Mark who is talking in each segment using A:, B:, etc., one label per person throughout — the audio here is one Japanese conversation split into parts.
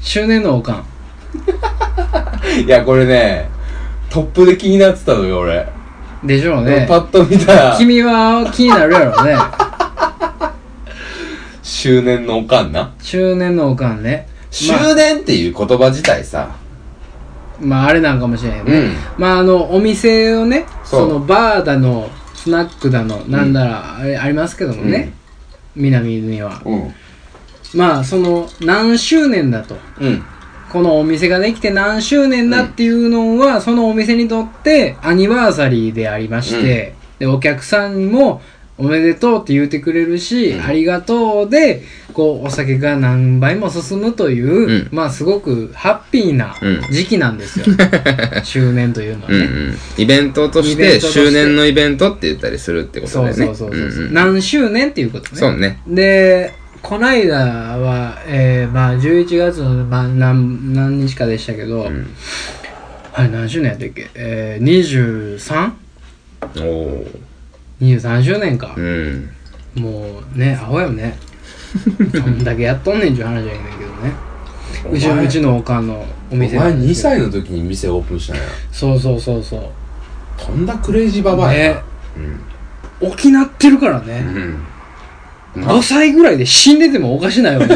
A: 周年のおかん。
B: いや、これね、トップで気になってたのよ、俺。
A: でしょうね。
B: パッと見たら、
A: 君は気になるやろね。
B: 周年のおかんな。
A: 周年のおかんね。
B: 周年っていう言葉自体さ、
A: まああれなんかもしれへんね、
B: うん
A: まああのお店をね
B: そ
A: そうのバーだのスナックだのなんだらあれありますけどもね、南には
B: うん。
A: まあその何周年だと
B: うん。
A: このお店ができて何周年だっていうのは、そのお店にとってアニバーサリーでありまして、でお客さんにもおめでとうって言うてくれるし、
B: うん
A: ありがとうでこうお酒が何倍も進むという、
B: う
A: まあすごくハッピーな
B: うん
A: 時期なん ですよ、周年というのは
B: うん
A: ね、
B: うん。イベントとし
A: イベン
B: て、
A: トとして
B: 周年のイベントって言ったりするってこと
A: そ
B: だ
A: う
B: よね。
A: そうそうそう、
B: んん
A: 何周年っていうことね
B: そうね。
A: でこないだは、えーまあ、11月の、まあ、何何日かでしたけど、
B: ん
A: あれ何周年やったっけ、えー、
B: おー
A: 23?23 周年か
B: う、ん。
A: もうねアホやもねそんだけやっとんねんちゅう話じゃいけないけどねうち
B: お前
A: うちのおかんのお
B: お前
A: 店なん
B: 2
A: ですけど
B: 歳の時に店オープンしたんや。
A: そうそうそうそう
B: とんだクレイジーババアやな。
A: 起きなってるからね、
B: うん。な
A: 5歳ぐらいで死んでてもおかしないわ け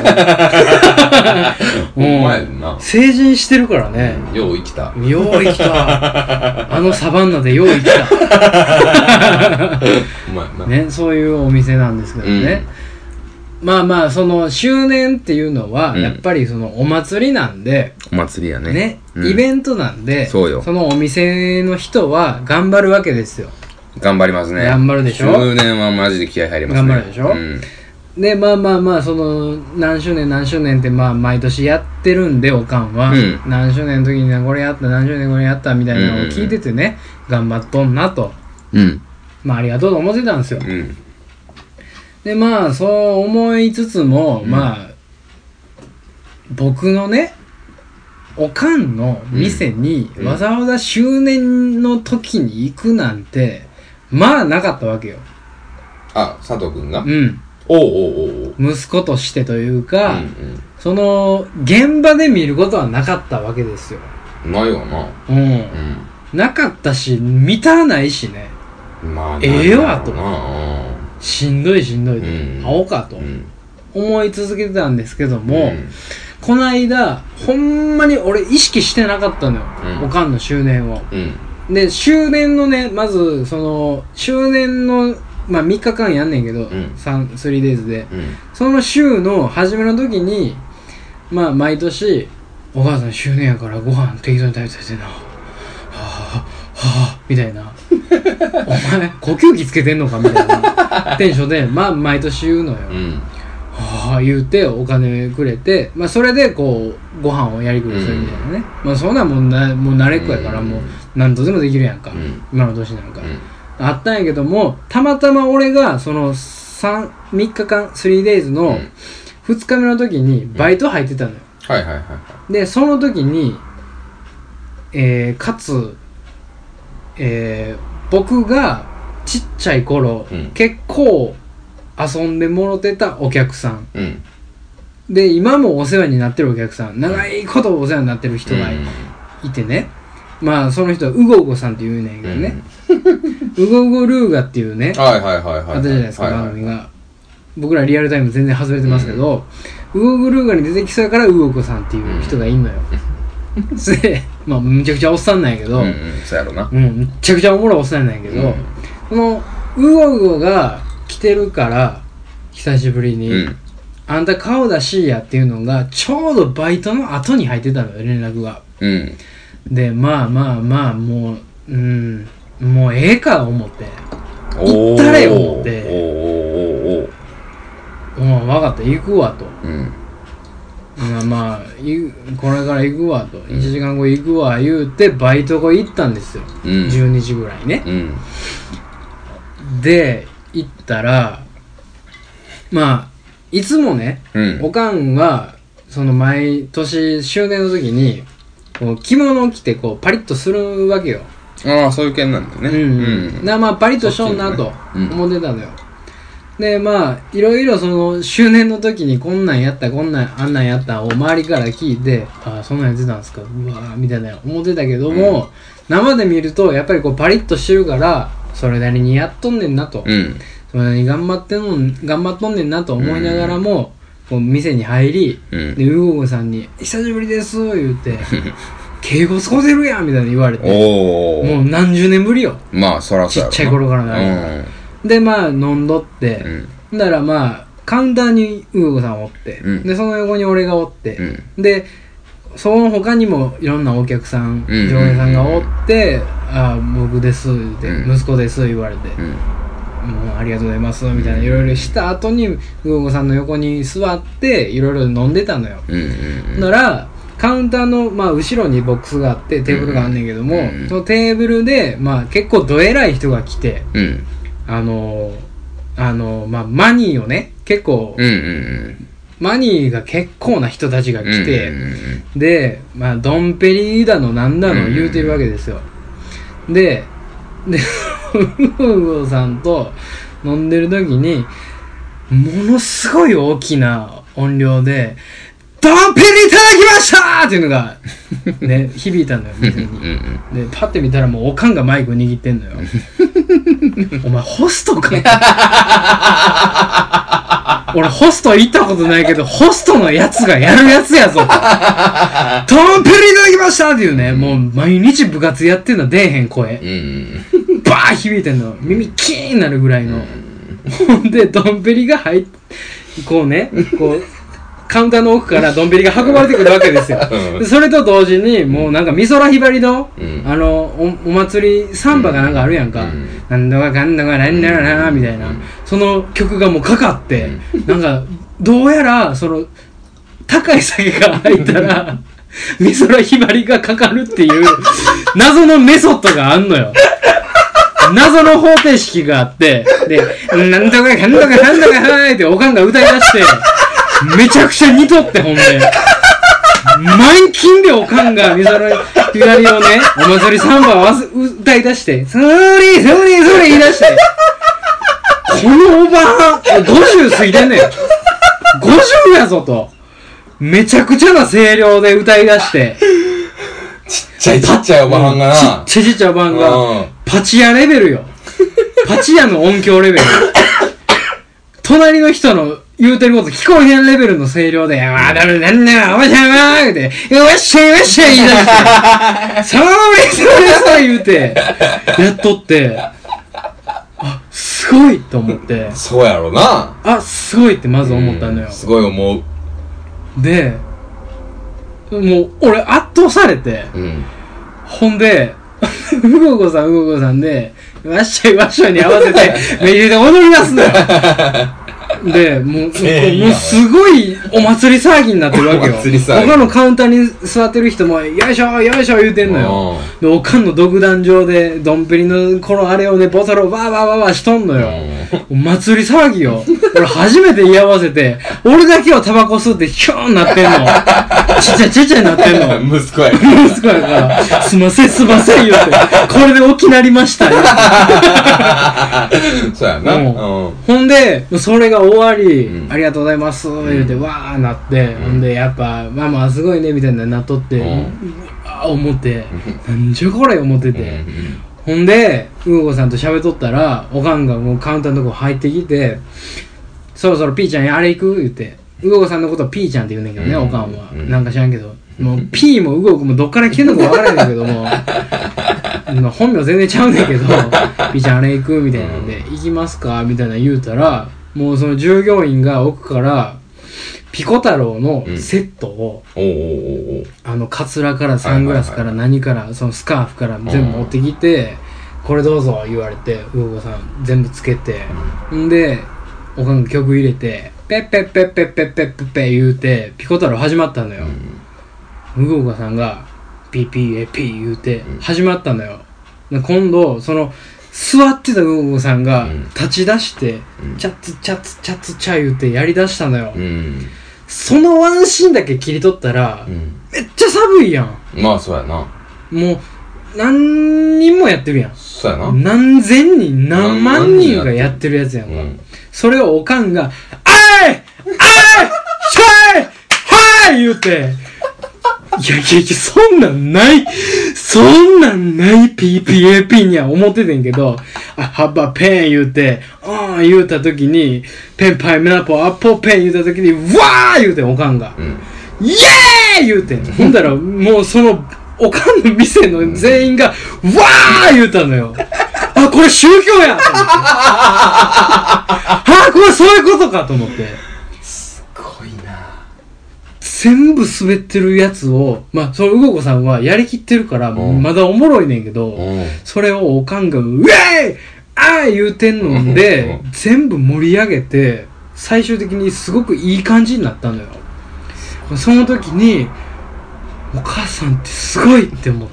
B: お前やな。
A: 成人してるからね、
B: よう生きた。
A: よう生き たあのサバンナでよう生きた
B: お前な。
A: ねそういうお店なんですけどね、まあまあその周年っていうのは
B: うん
A: やっぱりそのお祭りなんで、
B: お祭りやね。
A: ね、
B: うん
A: イベントなんで
B: そうよ
A: のお店の人は頑張るわけですよ
B: 頑張りますね。
A: 頑張るでしょ
B: 周年はマジで気合入りますね。
A: 頑張るでしょ
B: うん。
A: でまあまあまあその何周年何周年ってまあ毎年やってるんでおかんは、
B: うん
A: 何周年の時になこれやった何周年これやったみたいなのを聞いててね、頑張っとんなと
B: うん。
A: まあありがとうと思ってたんですよ
B: うん。
A: でまあそう思いつつも、まあ僕のねおかんの店に
B: うん
A: わざわざ周年の時に行くなんて、まあなかったわけよ
B: あ、佐藤くんが
A: うん
B: おうおうおうおう。
A: 息子としてというか、
B: うん
A: その現場で見ることはなかったわけですよ
B: うん。ないよな。
A: うん
B: う
A: なかったし見たないしね
B: ん。まあ、
A: ええわと
B: な
A: しんどいしんどいと、
B: う
A: 会
B: ん
A: おうかと
B: うん。
A: 思い続けてたんですけども、
B: ん
A: この間ほんまに俺意識してなかったのよ、
B: うん
A: おかんの周年を
B: うん。
A: で周年のねまずその周年のまあ3日間やんねんけど、
B: ん
A: 三 3days で
B: うん。
A: その週の初めの時にまあ毎年「お母さん周年やからご飯適当に食べててな」はあはあみたい な「お前呼吸器つけてんのか」みたいなテンションでまあ毎年言うのよ、
B: うん。
A: はあ言うてお金くれて、まあ、それでこうご飯をやりくりするみたいなね、まあそんなんもうなもう慣れっこやから
B: うん
A: もう何とでもできるやんか、
B: うん
A: 今の年なんか、
B: うん
A: あったんやけどもたまたま俺がその 3, 3日間 3days
B: う
A: の
B: ん
A: 2日目の時にバイト入ってたのよ、
B: はいはいはいはい。
A: でその時にえー、かつえー、僕がちっちゃい頃、
B: うん
A: 結構遊んでもろてたお客さん
B: うん。
A: で今もお世話になってるお客さん長いことお世話になってる人がい
B: うん
A: いてね、まあその人はウゴウゴさんって言うねんけどね、ウゴウゴルーガっていうねあっ
B: はいはいはいはい。
A: たじゃないですか、
B: はは
A: 番組が僕らリアルタイム全然外れてますけど、ウゴウゴルーガに出てきそうやからウゴウゴさんっていう人がいんのよ、でまあむちゃくちゃおっさんなんやけど、
B: うんうん。そうやろな。
A: うん、めっちゃくちゃおもろいおっさんやねんけど、
B: うん
A: このウゴウゴが来てるから久しぶり
B: う
A: に、
B: ん。
A: あんた顔出しいやっていうのがちょうどバイトの後に入ってたのよ連絡が
B: うん。
A: でまあまあまあもううんもうええか思って行ったれよ思って
B: おーおーおー
A: 「
B: おー
A: うん分かった行くわ」と
B: うん。
A: 「まあまあ行くこれから行くわ」と「1時間後行くわ」言うてバイト後行ったんですよ
B: うん。
A: 12時ぐらいね
B: うん。
A: で行ったらまあいつもね
B: うん。
A: おかんはその毎年周年の時にこう着物を着てこうパリッとするわけよ、
B: ああ、そういう件なんだよね。
A: うん、なまあパリッとしとんな
B: そっ
A: と
B: ちのねうん
A: 思ってたのよ、でまあいろいろその周年の時にこんなんやったこんなんあんなんやったを周りから聞いてああそんなんやってたんですかうわーみたいな思ってたけども、生で見るとやっぱりこうパリッとしてるからそれなりにやっとんねんなと、
B: うん。
A: それなりに頑張ってんのん頑張っとんねんなと思いながらも、こう店に入り
B: うん。
A: でウゴゴさんに「久しぶりです」言う て「敬語使うてるやん」みたいに言われて
B: お
A: も
B: ー。
A: う何十年ぶりよ
B: まあ、そらそ
A: ち
B: う
A: っ
B: やろな
A: ちゃい頃からのあれでまあ飲んどって、
B: うん。うん。
A: ならまあカウンターにウーゴさんおって、
B: うん
A: でその横に俺がおって、
B: うん。
A: でその他にもいろんなお客さん、
B: うんうんうん
A: 常連さんがおって「あ僕です」言うて、
B: うん
A: 息子です」言われて「
B: うん。
A: もうありがとうございます」みたいないろいろした後にウーゴさんの横に座っていろいろ飲んでたのよ、
B: うん。うん。
A: ならカウンターの、まあ、後ろにボックスがあってテーブルがあんねんけども、
B: うんうん
A: そのテーブルで、まあ、結構どえらい人が来て、
B: うん。
A: あのーあのーまあ、マニーをね結構、
B: うん。うん。
A: マニーが結構な人たちが
B: うん。
A: 来て、
B: うん。
A: で、まあ、ドンペリだのなんだの
B: うん
A: 言うてるわけですよ、ででウゴさんと飲んでる時にものすごい大きな音量で「ドンペリいただきました!」っていうのが、ね、 響いたのよ
B: うん。
A: 店に。でパッて見たらもうおかんがマイク握ってんのよお前ホストか俺ホスト行ったことないけどホストのやつがやるやつやぞとトンペリいただきましたっていうね、もう毎日部活やってんの出えへん声
B: うん。
A: バー響いてんの耳キーンなるぐらいの、ほんでドンペリが入っこうねこうカウンターの奥からドンペリが運ばれてくるわけですよでそれと同時にもうなんか美空ひばりの、
B: うん
A: あのおお祭りサンバがなんかあるやんか、
B: うん
A: なんだかかんだかなんだらなみたいな、
B: うん
A: その曲がもうかかって、なんかどうやらその高い酒が入ったら美空ひばりがかかるっていう謎のメソッドがあんのよ謎の方程式があって、で、なんとかかんとかかんとかはーいっておかんが歌い出して、めちゃくちゃ似とってほんで。満勤でおかんが、みそら、左をね、お祭りサンバをわす歌い出して、それ、それ、それ言い出して、このおばはん、50過ぎてんねん。50やぞと。めちゃくちゃな声量で歌い出して、
B: ちっちゃいちっちゃいおばはんが
A: ち
B: な
A: っ。ちゃいちっちゃいおばはんが、
B: うん
A: パチ屋レベルよ。パチ屋の音響レベル。隣の人の言うてること聞こえへんレベルの声量で、あーだめなんだよ、おばちゃんはーって、よっしゃよっしゃ言い出して、それそれそれ言うて、やっとって、あ、すごいと思って、
B: そうやろな。
A: あ、すごいってまず思ったのよ
B: うん。すごい思う。
A: で、もう俺圧倒されて、
B: うん。
A: ほんで、うごこさん、うごこさんで、わっしょいわっしょいに合わせ て、メニューで踊り出すのよ。で、もう、
B: 全員や
A: もうすごいお祭り騒ぎになってるわけよ。
B: お祭り騒ぎ
A: 他のカウンターに座ってる人も、よいしょ、よいしょ言うてんのよ。で、おかんの独壇場で、どんぺりのこのあれをね、ボトルをバーバーバーバーしとんの
B: う
A: よ。
B: ん。
A: お祭り騒ぎよ。俺初めて居合わせて、俺だけはタバコ吸ってヒョーンなってんの。ちっちゃいちっちゃいなってんの。
B: 息子や。
A: 息子やから、 すんません、すんません、言うて。これで起きなりま した、言う
B: そうやな。
A: う
B: うんん。
A: てほんで、それが終わり、
B: うん
A: ありがとうございます、言うて、わーなって、ほんで、やっぱ、まあまあ、すごいね、みたいななっとって、
B: う
A: うんわー思って、なんじゃこれ、思って
B: うん
A: て。ほんで、うごこさんと喋っとったら、おかんがもうカウンターのとこ入ってきて、そろそろピーちゃんあれ行く言って、うごこさんのことピーちゃんって言うねんけどね、
B: うん
A: おかんは。
B: うん
A: なんか知らんけど。もう、ピーもうごこもどっから来てんのかわからへんねんけども、 まあ本名全然ちゃうねんけど、 ピーちゃんあれ行くみたいなんで、行きますかみたいな言うたら、もうその従業員が奥から、ピコ太郎のセットを、
B: おうおうおうおう
A: あのカツラからサングラスから
B: は
A: 何からそのスカーフから全部持ってきて「これどうぞ」言われてウーゴさん全部つけてんでおかんが曲入れて「ペッペッペッペッペッペッペッペ」言うてピコ太郎始まったのよウーゴさんが「ピーピーエピー」言うて始まったのよで今度その座ってたウーゴさんが
B: うん
A: 立ち出して「チャッツチャッツチャッツチャ」言うてやりだしたのよ
B: うん。
A: そのワンシーンだけ切り取ったら
B: うん。
A: めっちゃ寒いやん
B: まあ、そうやな。
A: もう、何人もやってるやん。
B: そうやな。
A: 何千人、何万人がやってるやつやんか。
B: うん。
A: それをおかんが「あいあいしょいはい!」言うていやいやいや、そんなんない、そんなんない PPAP には思っててんけど、あ、ハッバペン言うて、うん言うた時に、ペンパイメラポアッポペン言うた時に、わー言うてん、おかんが。
B: うん
A: イエーイ言うてん。ほんだら、もうその、おかんの店の全員が、わー言うたのよ。あ、これ宗教やと思ってあ、これそういうことかと思って。
B: すごいな
A: 全部滑ってるやつを、まあ、そのうごこさんはやりきってるから、
B: うん
A: まだおもろいねんけど、
B: うん
A: それをおかんが、うえいああ言うてんので
B: う、
A: 全部盛り上げて、最終的にすごくいい感じになったのよ。その時に、お母さんってすごいって思っ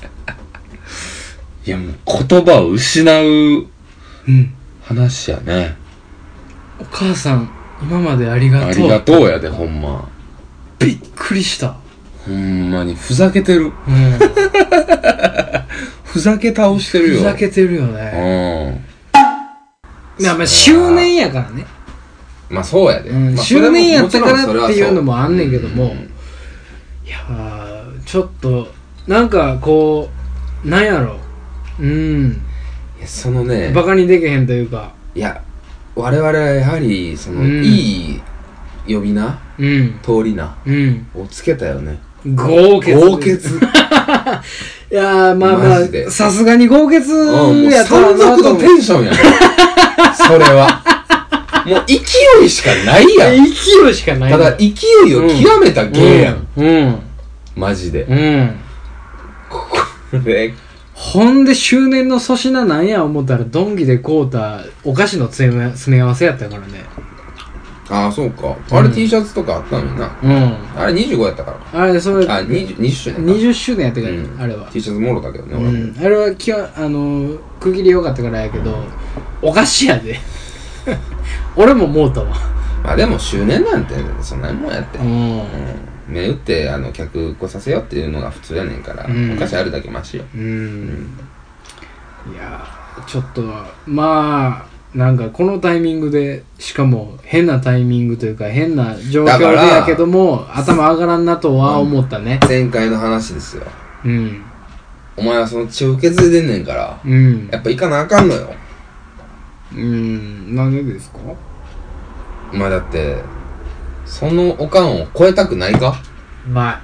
A: た。
B: いやもう言葉を失う
A: うん。
B: 話やね
A: お母さん、今までありがとう。
B: ありがとうやでほんま
A: びっくりした。
B: ほんまにふざけて
A: う
B: る
A: ん。
B: ふざけ倒してる
A: ふ
B: よ
A: ざけてるよ
B: う
A: ね。
B: ん
A: まあまあ、周年やからね。
B: まあそうやで、
A: うん
B: まあ
A: 周年やったからっていうのもあんねんけども
B: それはそう
A: いやーちょっとなんかこうなんやろうん
B: うんいやそのね
A: バカにできへんというか
B: いや我々はやはりその、
A: うん
B: いい呼び名
A: うん
B: 通り名
A: うん
B: をつけたよね
A: 豪傑
B: 豪傑
A: いやーまあま
B: マジで
A: あさすがに豪傑
B: うんもう
A: やったら
B: 山
A: な
B: 賊
A: と
B: の
A: 思
B: テンション やねそれはもう勢いしかないやん
A: 勢いしかない
B: ただ勢いを極めた芸やん、
A: うん
B: マジで
A: うん、うん、
B: ここで
A: ほんで周年の粗品なんや思ったらドンキで買うたお菓子の詰め詰め合わせやったからね
B: ああそうかあれ
A: うん
B: T シャツとかあったのにな、
A: うん
B: あれ25やったから
A: あれそれ
B: あ20 20周年か
A: 20周年やったから、
B: うん
A: あれは
B: T シャツもろだけどね、俺
A: うん、あれはきわあのー区切り良かったからやけど、お菓子やで 俺ももうたわ
B: まあでも周年なんてそんなもんやって、
A: う
B: うん
A: ん
B: 目打ってあの客来させようっていうのが普通やねんから、
A: うん
B: お菓子あるだけマシよ
A: うん、いやーちょっとまあなんかこのタイミングでしかも変なタイミングというか変な状況
B: だ
A: で
B: から
A: やけども頭上がらんなとは思ったね
B: 前回の話ですよ
A: うん
B: お前はその血を受け継いでんねんから
A: うん
B: やっぱ行かなあかんのよ
A: うんなんでですか
B: まあだってそのおかんを超えたくないか
A: ま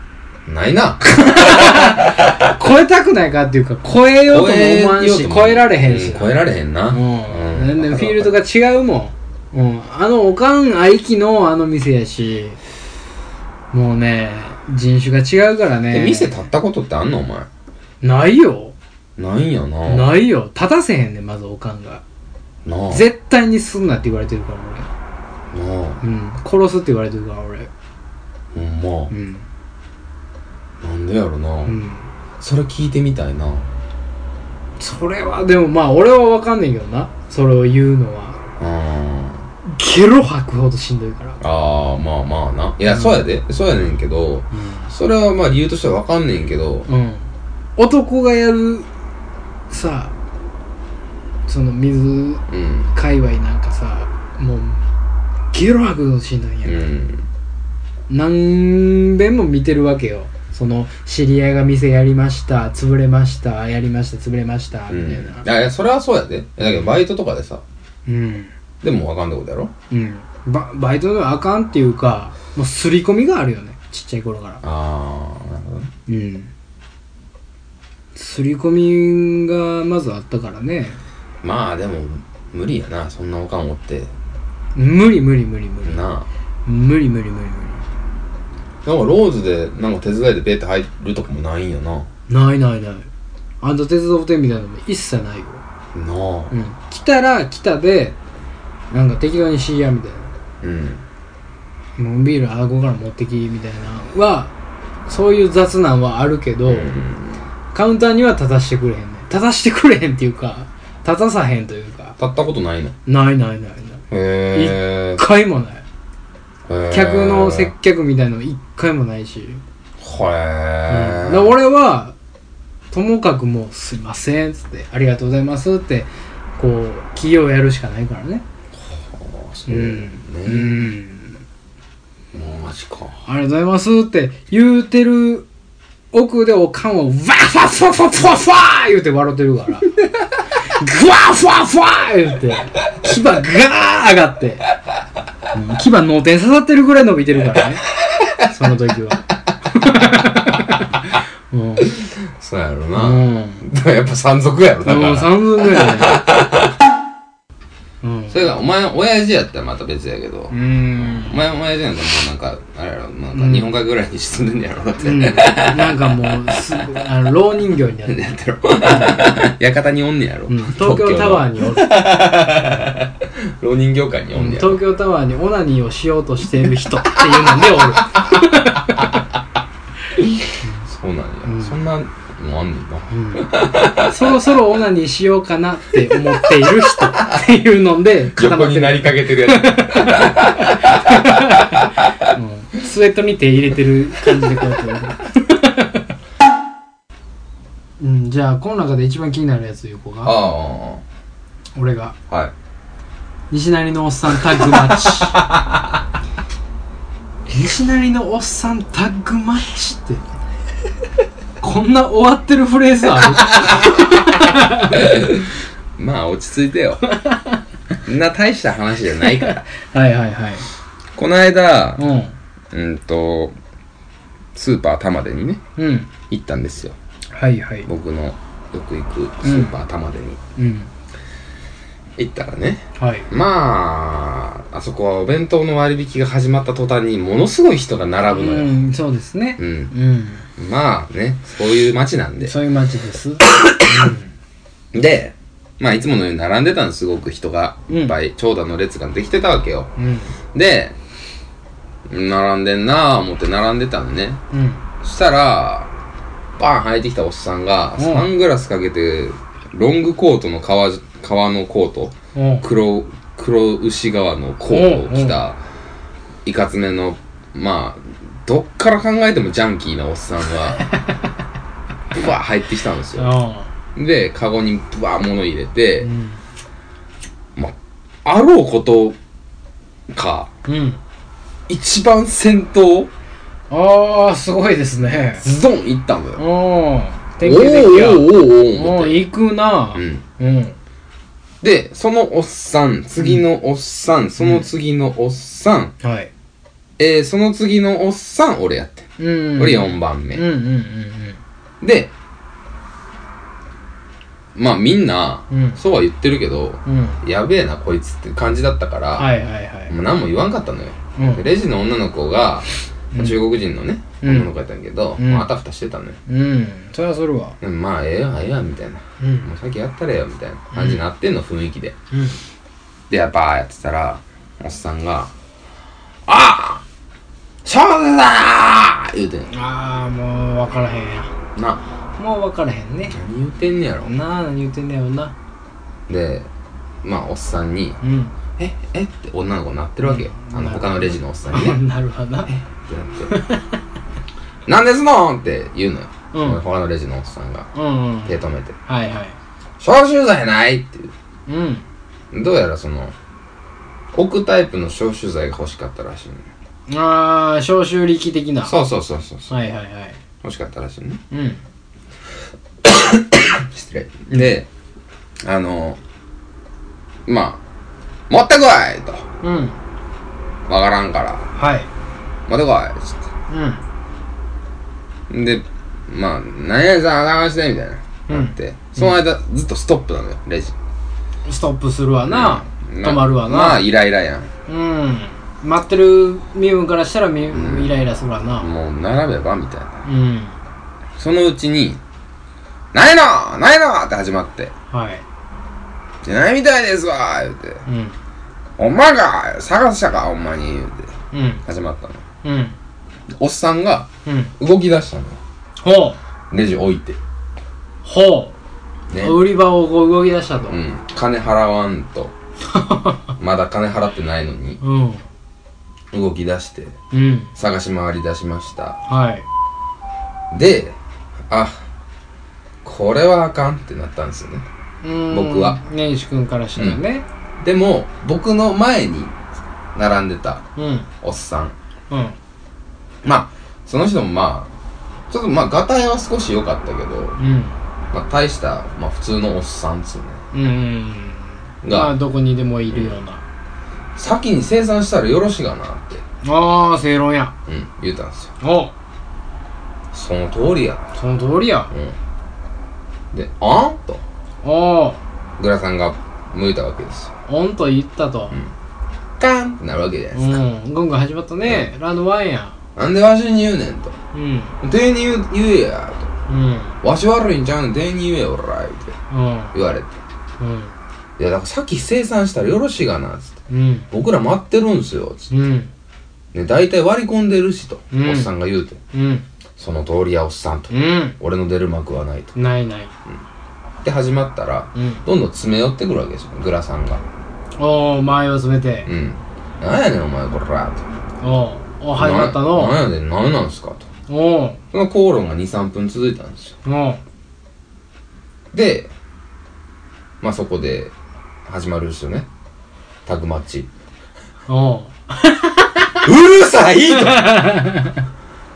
B: ないな
A: あ超えたくないかっていうか超えようとも思わんし
B: ようとも
A: 超えられへんし
B: う
A: な
B: 超えられへんな
A: うん、
B: うん
A: 全然フィールドが違うもん、うん、あのおかんあいきのあの店やしもうね人種が違うからね
B: え店立ったことってあんのお前
A: ないよ
B: ないんやなな
A: ないよ立たせへんねんまずおかんが
B: あ
A: 絶対にすんなって言われてるから
B: なあ
A: 俺うん殺すって言われてるから俺
B: ほんま
A: うん
B: なんでやろな、
A: うん
B: それ聞いてみたいな
A: それはでもまあ俺は分かんねんけどなそれを言うのは
B: あ
A: ゲロ吐くほどしんどいから
B: ーあーまあまあないや、そうやでそうやねんけどそれはまあ理由としては分かんねんけど
A: うん、男がやるさその水
B: うん
A: 界隈なんかさもうゲロ吐くのしんどいんや、
B: うんん
A: 何遍も見てるわけよその知り合いが店やりました潰れましたやりました潰れました
B: う
A: み
B: ん、
A: たいない
B: やいやそれはそうやでいやだけどバイトとかでさ
A: うん
B: でも分かんないことやろ
A: うんババイトではあかんっていうかもう刷り込みがあるよねちっちゃい頃から
B: ああなるほどね
A: うん刷り込みがまずあったからね
B: まあでも無理やなそんなおかんおって
A: 無理無理無理無理
B: なあ
A: 無理無理無理無
B: なんかローズでなんか手伝いでベーって入るとかもないんやなな
A: 理ないないないあんた鉄道店みたいなのも一切ないよ、
B: あ
A: うん、来たら来たでなんか適当に C やみたい
B: うん
A: なもうビールあごから持ってきみたいなはそういう雑なんはあるけど、
B: うん
A: カウンターには立たしてくれへんね立たしてくれへんっていうか立たさへんというか
B: 立ったことないの
A: ないないないない
B: へえ
A: 一回もない
B: へえ
A: 客の接客みたいなの一回もないし、
B: へ
A: うん
B: え
A: で俺はともかくもう「すいません」っつって「ありがとうございます」ってこう企業やるしかないからね
B: そうう、
A: んう
B: ね、
A: ん
B: マジか
A: ありがとうございますって言うてる奥でおかんはわっファファファファファ言うて笑ってるからグワッファファ言うて牙ガー上がって、うん、牙脳天刺さってるぐらい伸びてるからねその時はうん
B: そうやろ
A: う
B: な、
A: ん
B: だからやっぱ山賊やろだか
A: もう
B: ら
A: 三分ぐらいだねうん
B: それがお前親父やったらまた別やけど、
A: うん
B: お前親父なんてもうなんかあれやろなんか日本海ぐらいに沈んでんねやろだって、
A: うん、なんかもうすあの浪人業になってる
B: やってろ館におんねやろ、
A: うん東京タワーにおる
B: ー浪人業界におんねやろ、
A: 東京タワーにオナニーをしようとしている人っていうのでおる
B: そうなんや、
A: うん
B: そんなもんあんねんな
A: うんそろそろオナニーしようかなって思っている人っていうので固ま
B: 横
A: っ
B: に
A: て
B: な
A: る、
B: りかけてるや つ
A: うんスウェットに手入れてる感じでこうや ってやるうん、じゃあこの中で一番気になるやつ言う子
B: あ
A: が
B: あ
A: 俺が
B: ああはい
A: 西成のおっさんタッグマ ッチ西成のおっさんタッグマッチってこんな終わってるフレーズ あ
B: まあ落ち着い てよそんな大した話じゃないから
A: るはいはいはい
B: この間
A: う
B: うんとスーパー玉でにね
A: んうん
B: 行ったんですよ
A: はいはい
B: 僕のよく行くスーパー玉でに
A: うん
B: 行ったらね、
A: はい
B: まああそこはお弁当の割引が始まった途端にものすごい人が並ぶの
A: う
B: よ
A: んそうですね
B: うん、
A: うん
B: まあねそういう街なんで
A: そういう街です
B: でまあいつものように並んでたのすごく人がいっぱい、長蛇の列ができてたわけよ
A: うん
B: で並んでんなあ思って並んでたのね
A: うん
B: そしたらバーン入ってきたおっさんが
A: うん
B: サングラスかけてロングコートの革じ革のコート
A: おう
B: 黒黒牛革のコートを着たいかつめのまあどっから考えてもジャンキーなおっさ んがブワー入ってきたんですよ
A: あ
B: でカゴにブワー物入れて、
A: うん
B: まあろうことか
A: うん
B: 一番先頭
A: ああすごいですね
B: ズドン行ったのよ
A: おお
B: お
A: 典型的や
B: おおおお
A: お
B: 思っ
A: お
B: て
A: 行くな
B: うん
A: うん
B: でそのおっさん次のおっさん、その次のおっさん、
A: はい
B: えー、その次のおっさん俺やってん、
A: うん
B: 俺4番目、
A: うんうん
B: でまあみんな、
A: うん
B: そうは言ってるけど
A: うんうんうん
B: やべえなこいつって感じだったから、
A: はいはいはい
B: もう何も言わんかったのよ、
A: うん
B: レジの女の子が、
A: うん
B: 中国人のね、
A: うん
B: 女の子やったんやけど、
A: うん
B: まあ、あたふたしてたのよ、
A: うんそれはそれは
B: うんまあええやんええやんみたいな
A: う
B: もうん先やったらええよみたいな感じになってんの、雰囲気で
A: うん
B: でやっぱやってたらおっさんが「ああ正月だな!」言うてんの
A: ああもう分からへんや
B: な
A: もう分からへんね
B: 何言うてんねやろ
A: なあ何言ってんだよな
B: でまあおっさんに
A: うん
B: 「ええっ?」て女の子なってるわけよあの
A: うん
B: 他のレジのおっさんにね
A: なるわな
B: ってなって 「何ですの?」って言うのよ、
A: うん
B: 他のレジのおっさんが
A: うんうん
B: 手止めて
A: はいはい
B: 「消臭剤ない!」って言う
A: うん
B: どうやらその置くタイプの消臭剤が欲しかったらしいのよ
A: ああ消臭力的な
B: そうそうそうそうそう
A: はいはいはい
B: 欲しかったらしいのね
A: うん
B: 失礼であのまあ持ってこいと
A: うん
B: わからんから
A: はい
B: 持ってこいつっ
A: うん
B: てでまあ何々さんあかんましてみたいな
A: うん
B: なって、その間ずっとストップなのよレジ
A: ストップするわな
B: うん
A: 止まるわ
B: まあ
A: な
B: イライラやん
A: うん待ってる身分からしたらみイライラするわな
B: もう並べばみたいな
A: うん
B: そのうちに「ないのないの!」って始まって
A: はい
B: 「ないみたいですわ」言うて
A: うん
B: お前が探したかほんまに言うて
A: うん
B: 始まったの
A: うん
B: おっさんが
A: うん
B: 動き出したの
A: ほう
B: レジ置いて
A: ほう、
B: ね
A: 売り場をこう動き出したと
B: うん金払わんとまだ金払ってないのに
A: うん
B: 動き出して
A: うん
B: 探し回り出しました
A: はい
B: であこれはあかんってなったんですよね
A: うん
B: 僕は
A: 根岸君からしたらね
B: でも僕の前に並んでた
A: うんうん
B: おっさん
A: うん
B: まあその人もまあちょっとまあガタイは少し良かったけど、まあ、大した、まあ、普通のおっさんっつうね
A: うんうん
B: が
A: まあどこにでもいるような
B: 先に生産したらよろしいがなって、
A: ああ正論や
B: うん、言うたんですよ
A: お
B: その通りや
A: その通りや
B: うんで「あん?」と
A: お
B: グラさんが向いたわけですよ
A: おんと言ったと
B: カンってなるわけじゃないうですか、
A: んゴング始まったねラウンドワンや
B: なんでわしに言うねんと
A: うん
B: 店員に言う言えや
A: うん
B: とわし悪いんちゃうねん店員に言えよおら言うて
A: うん
B: 言われて
A: うん
B: いやだからさっき生産したらよろしいがなつって
A: うん
B: 僕ら待ってるんすよつっ
A: うん
B: て、ね、大体割り込んでるしと、
A: うん
B: おっさんが言うて
A: うん
B: その通りやおっさんと、
A: う
B: 俺の出る幕はないと
A: んないない
B: で始まったら
A: うん
B: どんどん詰め寄ってくるわけですよグラさんが
A: おお前を詰め
B: う
A: て
B: んなんやねんお前こらと
A: おお始まった
B: な
A: の
B: なんやねん何なんすかと
A: おお
B: その口論が23分続いたんですよ
A: お
B: でまあそこで始まるんですよねタグマッチ
A: おお
B: うるさいと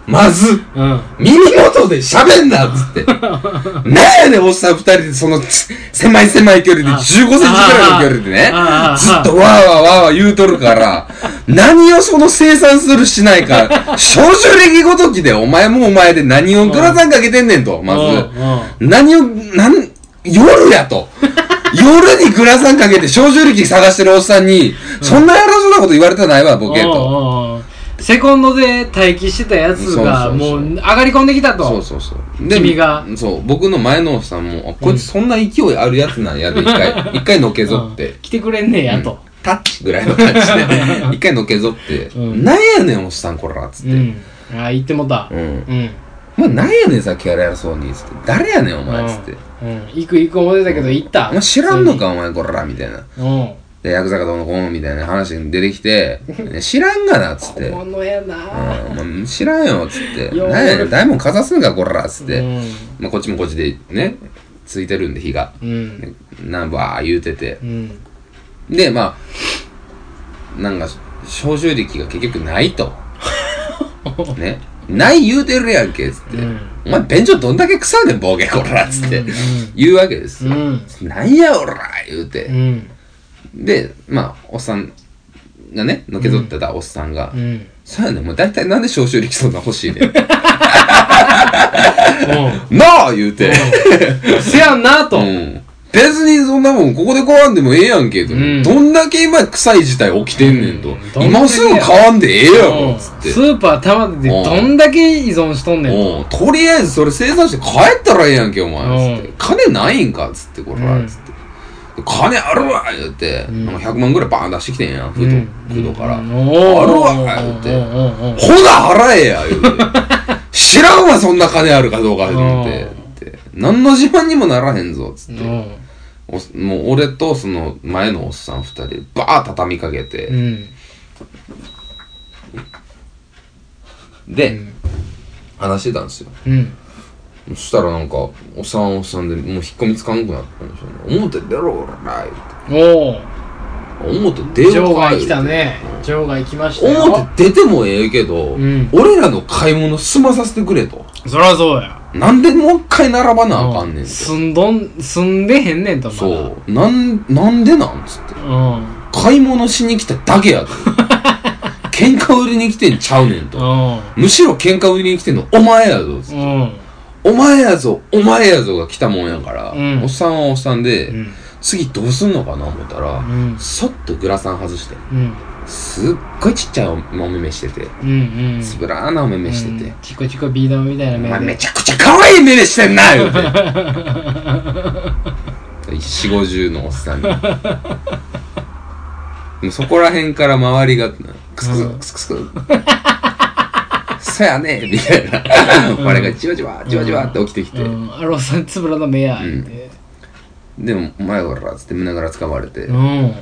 B: まず
A: うん
B: 耳元で喋んなっつって。なんやねん、おっさん二人で、その、ち狭い狭い距離で、
A: あ
B: 15センチぐらいの距離でね
A: ああああああ、
B: ずっとわーわーわーわー言うとるから、何をその生産するしないか、少々歴ごときで、お前もお前で何をグラタンかけてんねんと、まず。何を、なん、夜や と。夜にグラサンかけて、少女力探してるおっさんに、そんなやらそうなこと言われたないわ、ボケと。
A: とセコンドで待機してたやつが
B: そうそう
A: も
B: そう
A: う上がり込んできた
B: そう
A: と
B: そうそう。
A: 君が
B: そう、僕の前のおっさんも、あこいつそんな勢いあるやつなんやで、一 回、一回のけぞっ
A: う
B: て
A: ん。来てくれんねやと
B: タッチぐらいの感 じで、一回のけぞって、
A: うん
B: なんやねん、おっさん、こら、つっ
A: う
B: て。
A: んああ言ってもた
B: うん。
A: うん
B: まあ、なんやねん、さっきやらやそうに、つって。誰やねん、お前、つって。
A: うん行く行く思ってたけど行った
B: お前知らんのか、お前、こら、みたいな。
A: うん
B: で、ヤクザがどうのこうのみたいな話が出て きて、ね知らんがな、つって。うん
A: 小物やな
B: お前知らんよ、つって。
A: よう
B: なんやねん、大門かざすんか、こら、つっ
A: う
B: て。
A: ん
B: まあ、こっちもこっちで、ね、ついてるんで、火が。
A: うん
B: なんばー言うてて
A: う。ん
B: で、まあ、なんか、召集力が結局な いと。ね。ない言うてるやんけ、つって。
A: うん
B: お前、便所どんだけ腐んねん、ボケ、こら、つって。
A: うんうん
B: 言うわけです
A: う
B: よ。
A: ん
B: なんや、おら、言う
A: う
B: て。
A: ん
B: で、まあ、おっさんがね、のけぞってたおっさんが、
A: うん
B: そうやねん、もう大体なんで召集力そんな欲しい ねん。
A: う
B: なあ言うて。
A: んせやんなと
B: うん。別にそんなもん、ここで変わんでもええやんけ、と。
A: うん
B: どんだけ今臭い事態起きてんねんと。
A: うん
B: 今すぐ変わんでええや
A: うん
B: ん、つって。
A: スーパー玉で
B: うん
A: どんだけ依存しとんねんと
B: うんとりあえずそれ生産して帰ったらええやんけ、お前。つっ
A: う
B: て。金ないんか、つって、これ
A: うん
B: つって。金あるわ言うて、
A: ん
B: なんか100万ぐらいバーン出してきてんやん、ふと、ふとから。
A: あ
B: あるわ言うてほな、払えや言うて。知らんわ、そんな金あるかどうか、言うて
A: うん。
B: って何の自慢にもならへんぞ、つって。
A: うん
B: おっもう俺とその前のおっさん二人でバーッ畳みかけ
A: う
B: て、
A: ん
B: で、話してたんですよ
A: うん
B: そしたらなんかおっさんはおっさんでもう引っ込みつかなくなったんでしょうね表出ろおら
A: おお
B: 言うて表出よ
A: 場
B: う
A: 外
B: か言う
A: 来
B: て
A: たね場外来ましたよ
B: 表出てもええけど、
A: うん
B: 俺らの買い物済まさせてくれと
A: そりゃそうや
B: なんでもう一回並ばなあかんねん
A: う
B: と
A: 住んどん住んでへんねんとまだ
B: そうなんなんでなんつって
A: うん
B: 買い物しに来ただけやと喧嘩売りに来てんちゃうねんと
A: うん
B: むしろ喧嘩売りに来てんのお前やぞ
A: うん
B: お前やぞお前やぞが来たもんやから、
A: うん
B: おっさんはおっさんで、
A: うん
B: 次どうすんのかな思ったら、
A: ん
B: そっとグラサン外して
A: うん
B: すっごいちっちゃいお目目してて
A: うんうん
B: つぶらーなお目目してて、
A: チコチコビー玉みたいな
B: お前
A: 目
B: め
A: で
B: ちゃくちゃ可愛い目でしてんな言うて四五十のおっさんにもうそこら辺から周りがクスクスクスクスクスそやねみたいな俺がじわじわじわじわって起きてきて、
A: うんあロさんつぶらの目や言うて
B: でも、お前こら、つって胸から掴まれて
A: う、ん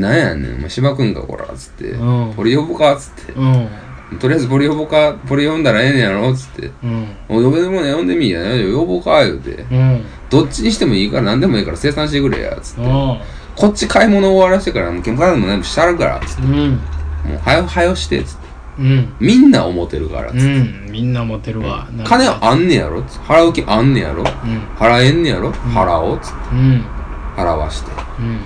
B: なんやねん、お前芝くんかこら、つって
A: うん、
B: ポリ呼ぼか、つって、
A: うん
B: とりあえずポリ呼ぼか、ポリ呼んだらええねんやろ、つって、
A: うん
B: お呼べるもんや呼んでみいや、呼ぼうか、言うて、
A: うん
B: どっちにしてもいいから何でもいいから生産してくれや、つっ
A: う
B: て、
A: ん
B: こっち買い物終わらせてから、もう喧嘩でも何もしてあるから、つって、
A: うん
B: もう、はよはよして、つって。
A: うん
B: みんな思ってるから、つって
A: うんみんな持ってるわなんか
B: 金あんねやろつって払う気あんねやろ
A: うん
B: 払えんねやろ払おう、つって。
A: うん
B: 払わして。
A: うん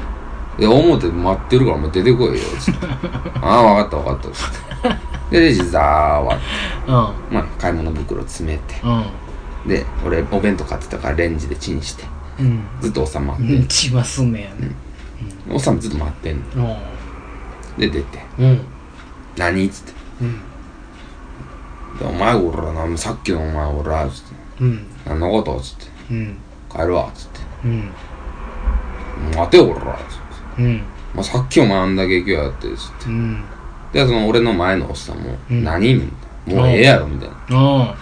B: で、表待ってるからもう出てこいよ、つ って。ああ、わかったわかった、つって。で、レジザーわって。
A: うん
B: まあ、買い物袋詰めて。
A: うん
B: で、俺、お弁当買ってたからレンジでチンして。
A: うん
B: ずっと収まって。
A: うん血はすんねやね
B: おっさんずっと待ってんの。で、出て。
A: うんうん
B: 何つって。
A: うん
B: でお前、おら、なさっきのお前、おら、つって。
A: うん
B: 何のことつって。
A: うん
B: 帰るわ、つって。
A: うん
B: 待てよ、おら、つって。
A: うん
B: まあ、さっきお前あんだけ勢いあって、つっ
A: うん
B: て。で、その俺の前のおっさんも、
A: うん
B: 何みたいな。もうええやろ、みたいな。
A: あ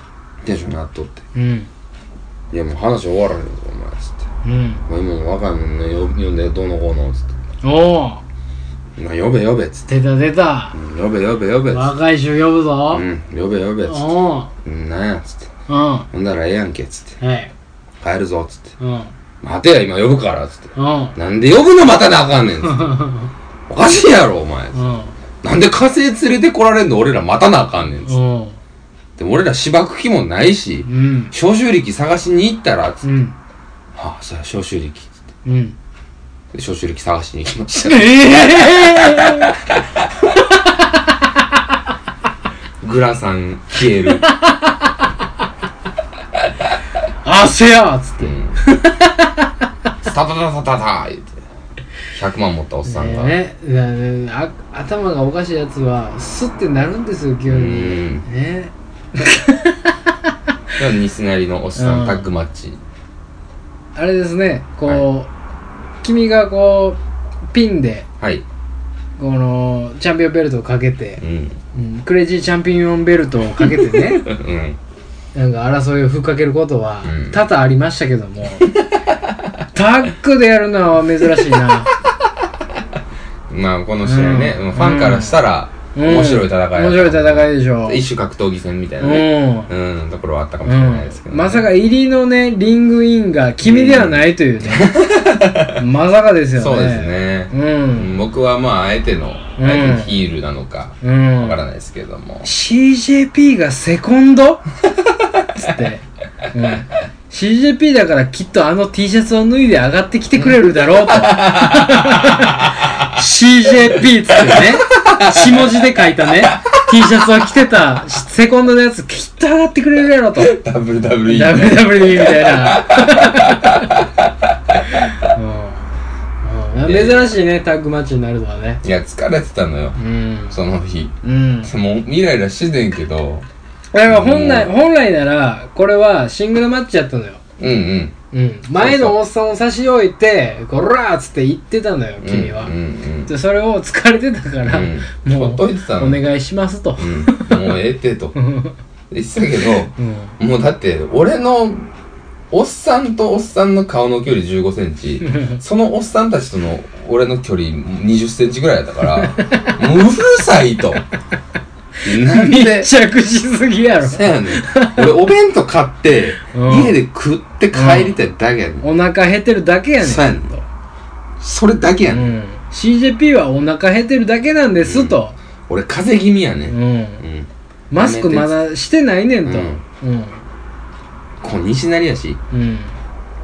B: テンションになっとって。
A: ーうん
B: いや、もう話終わらへんぞ、お前、つって。
A: うん
B: もう今の若いもんね、よ呼んでどうのこうの、つって。
A: おお
B: な呼べ呼べ、つって。
A: 出た出た
B: うん呼べ呼べ呼べ、つって。
A: 若い衆呼ぶぞ
B: うん、呼べ呼べ、つっ
A: おお
B: て。うんなんや、つって。
A: うんは
B: ほんだらええやんけ、つって。
A: い
B: 帰るぞ、つって。
A: うん
B: 待てや、今呼ぶから、つって。
A: うん
B: なんで呼ぶの待たなあかんねん、つって。おかしいやろ、お前。
A: うん
B: なんで火星連れてこられんの俺ら待たなあかんねん、つっ
A: うん
B: て。でも俺らしばく気もないし、
A: うん
B: 召集力探しに行ったら、つって。
A: うん
B: はあ、さあ、召集力、つって。
A: うん
B: で召集力探しに行きまし
A: ええ
B: た。グラさん消える。
A: あせやっつって
B: うん。スタタタタタタ言って。100万持ったおっさんが。
A: ねえねえあ頭がおかしいやつはスッてなるんですよ急
B: う
A: に
B: ん。
A: ね
B: だから西成のおっさ
A: うん
B: んタッグマッチ。
A: あれですねこう、君がこうピンで
B: はい。
A: このチャンピオンベルトをかけて
B: う、ん。
A: うんクレイジーチャンピオンベルトをかけて ね
B: うん。
A: なんか争いをふっかけることは
B: うん
A: 多々ありましたけど もタッグでやるのは珍しいな
B: まあ、この試合ね、
A: うん
B: うんファンからしたら、
A: うん
B: 面白い戦いだった。
A: 面白い戦いでしょ
B: 一種格闘技戦みたいなね。
A: うん
B: うん、ところはあったかもしれないですけ
A: う
B: ど、
A: ん、まさか入りのねリングインが君ではないと いうね、まさかですよね
B: そうですね。
A: う
B: うん
A: ん
B: 僕はまあ、あえての、あえてのヒールなのか、
A: う
B: わ
A: ん
B: からないですけども。
A: CJP がセコンドつって、うん、CJP だからきっとあの T シャツを脱いで上がってきてくれるだろうと CJP っつってね下字で書いたね T シャツを着てたセコンドのやつきっと上がってくれるやろと
B: WWE ね。
A: WWE みたいな、うんうん珍しいねタッグマッチになるのはね
B: いや、疲れてたのよ
A: う、ん
B: その日。
A: うん
B: もう、イライラしててんけど、
A: だから本来、本来ならこれはシングルマッチやったのよ、
B: うんうん。
A: うん、前のおっさんを差し置いて「ゴラー!」っつって言ってたのよ君は、
B: うんうん
A: でそれを疲れてたから、
B: うん。
A: も
B: ほっと
A: う
B: いて
A: お
B: たの。
A: 願いしますと、
B: うん。もうええってと。
A: うん
B: 言ってたけど、
A: うん、
B: もうだって、俺の、おっさんとおっさんの顔の距離15セ ンチ、そのおっさんたちとの俺の距離20センチぐらいだった から、もううるさいと。なん で、
A: 密着しすぎやろ
B: そうやねん。俺お弁当買って、
A: うん
B: 家で食って帰りたいだけやねん。
A: お腹減ってるだけやねん
B: そうやねん
A: と
B: それだけや
A: う
B: ねん。
A: ん、CJP はお腹減ってるだけなんですと、
B: 俺風邪気味やね。
A: うんん
B: うん。
A: マスクまだしてないねんとうん
B: こう西成やし、
A: うん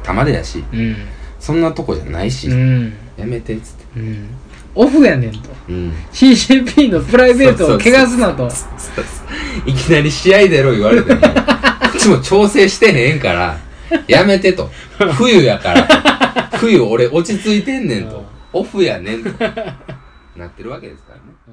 B: 玉出やし、
A: うん
B: そんなとこじゃないし、
A: うん、
B: やめてっつって。
A: うん、オフやねんと
B: うん。
A: CJP のプライベートを汚すなと
B: いきなり試合出ろ言われても、こっちも調整してへんから、やめてと。冬やから。冬俺落ち着いてんねんと。オフやねんと。なってるわけですからね。